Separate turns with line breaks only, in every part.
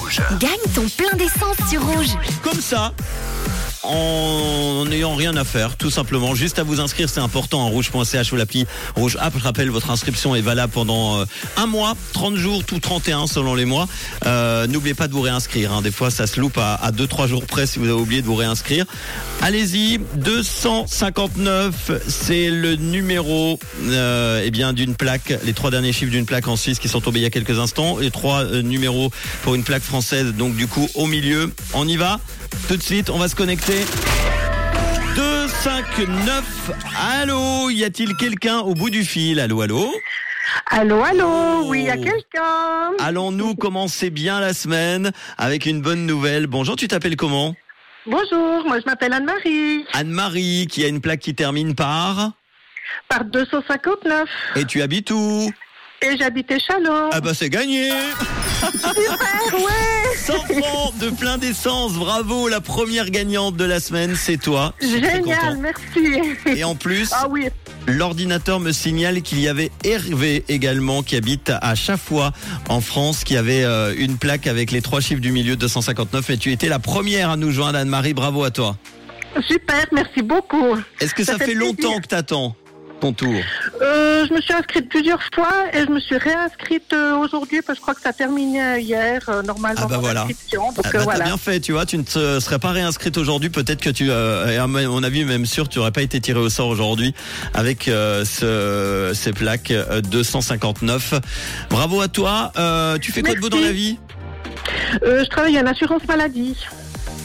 Rouge.
Gagne ton plein d'essence sur rouge.
Comme ça, en n'ayant rien à faire, tout simplement. Juste à vous inscrire, c'est important, hein, en rouge.ch ou l'appli Rouge App. Je rappelle, votre inscription est valable pendant euh, un mois, 30 jours, tout 31 selon les mois. Euh, N'oubliez pas de vous réinscrire. hein. Des fois, ça se loupe à 2-3 jours près si vous avez oublié de vous réinscrire. Allez-y, 259, c'est le numéro euh, eh bien d'une plaque, les trois derniers chiffres d'une plaque en Suisse qui sont tombés il y a quelques instants, et trois euh, numéros pour une plaque française, donc du coup au milieu. On y va, tout de suite, on va se connecter. 259, allô, y a-t-il quelqu'un au bout du fil Allô, allô
Allô, allô,
Oh.
oui, il y a quelqu'un.
Allons-nous commencer bien la semaine avec une bonne nouvelle Bonjour, tu t'appelles comment
Bonjour, moi je m'appelle Anne-Marie,
Anne-Marie, qui a une plaque qui termine par...
par 259,
Et tu habites où
et j'habite Échalon.
Ah bah c'est gagné
Super, Ah ouais
100 francs de plein d'essence, bravo, la première gagnante de la semaine, c'est toi. Je suis très
Génial,
content.
merci.
Et en plus,
Ah oui,
l'ordinateur me signale qu'il y avait Hervé également qui habite à Chafois en France, qui avait euh, une plaque avec les trois chiffres du milieu 259 et tu étais la première à nous joindre Anne-Marie, bravo à toi.
super, merci beaucoup.
Est-ce que ça,
Ça
fait,
fait
longtemps
plaisir.
que t'attends ton tour
Euh, je me suis inscrite plusieurs fois et je me suis réinscrite euh, aujourd'hui parce que je crois que ça terminait hier, euh, normalement.
Ah bah
mon
voilà.
inscription, donc
Ah
euh,
bah, T'as
voilà.
bien fait, tu vois, tu ne te serais pas réinscrite aujourd'hui, peut-être que tu, euh, et à mon avis même sûr, tu n'aurais pas été tiré au sort aujourd'hui avec euh, ce- ces plaques euh, 259. Bravo à toi, Euh, tu fais quoi de beau dans
Merci.
la vie
Euh, je travaille en assurance maladie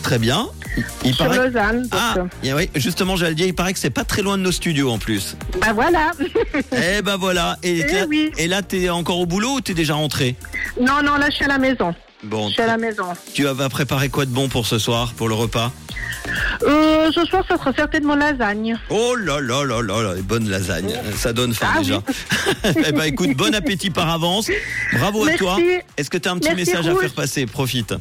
Très bien, il, il
sur
paraît...
Lausanne. donc,
Ah,
euh,
et oui, justement, j'allais le dire, il paraît que c'est pas très loin de nos studios en plus.
bah voilà.
eh ben voilà, et,
Eh
là,
oui.
et là, t'es encore au boulot ou t'es déjà rentré
Non, non, là je suis à la maison.
Bon,
Je suis à la maison.
tu vas préparer quoi de bon pour ce soir, pour le repas
Euh, ce soir, ça sera certainement lasagne.
Oh là là là là là, les bonnes lasagnes, ça donne faim
Ah oui.
déjà. eh ben écoute, bon appétit par avance. Bravo à
Merci.
toi. Est-ce que tu as un petit
Merci,
message à
Rouge.
faire passer Profite.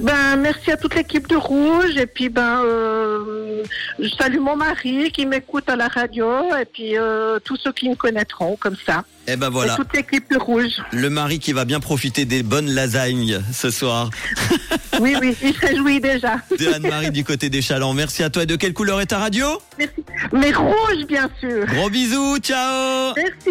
Ben, merci à toute l'équipe de Rouge. Et puis, ben, euh, je salue mon mari qui m'écoute à la radio. Et puis, euh, tous ceux qui me connaîtront, comme ça.
Eh ben voilà,
Et toute l'équipe de Rouge.
le mari qui va bien profiter des bonnes lasagnes ce soir
Oui, oui, il se réjouit déjà.
de Anne-Marie du côté des Chalands. Merci à toi. Et de quelle couleur est ta radio
Mais Rouge, bien sûr.
Gros bisous, ciao
Merci.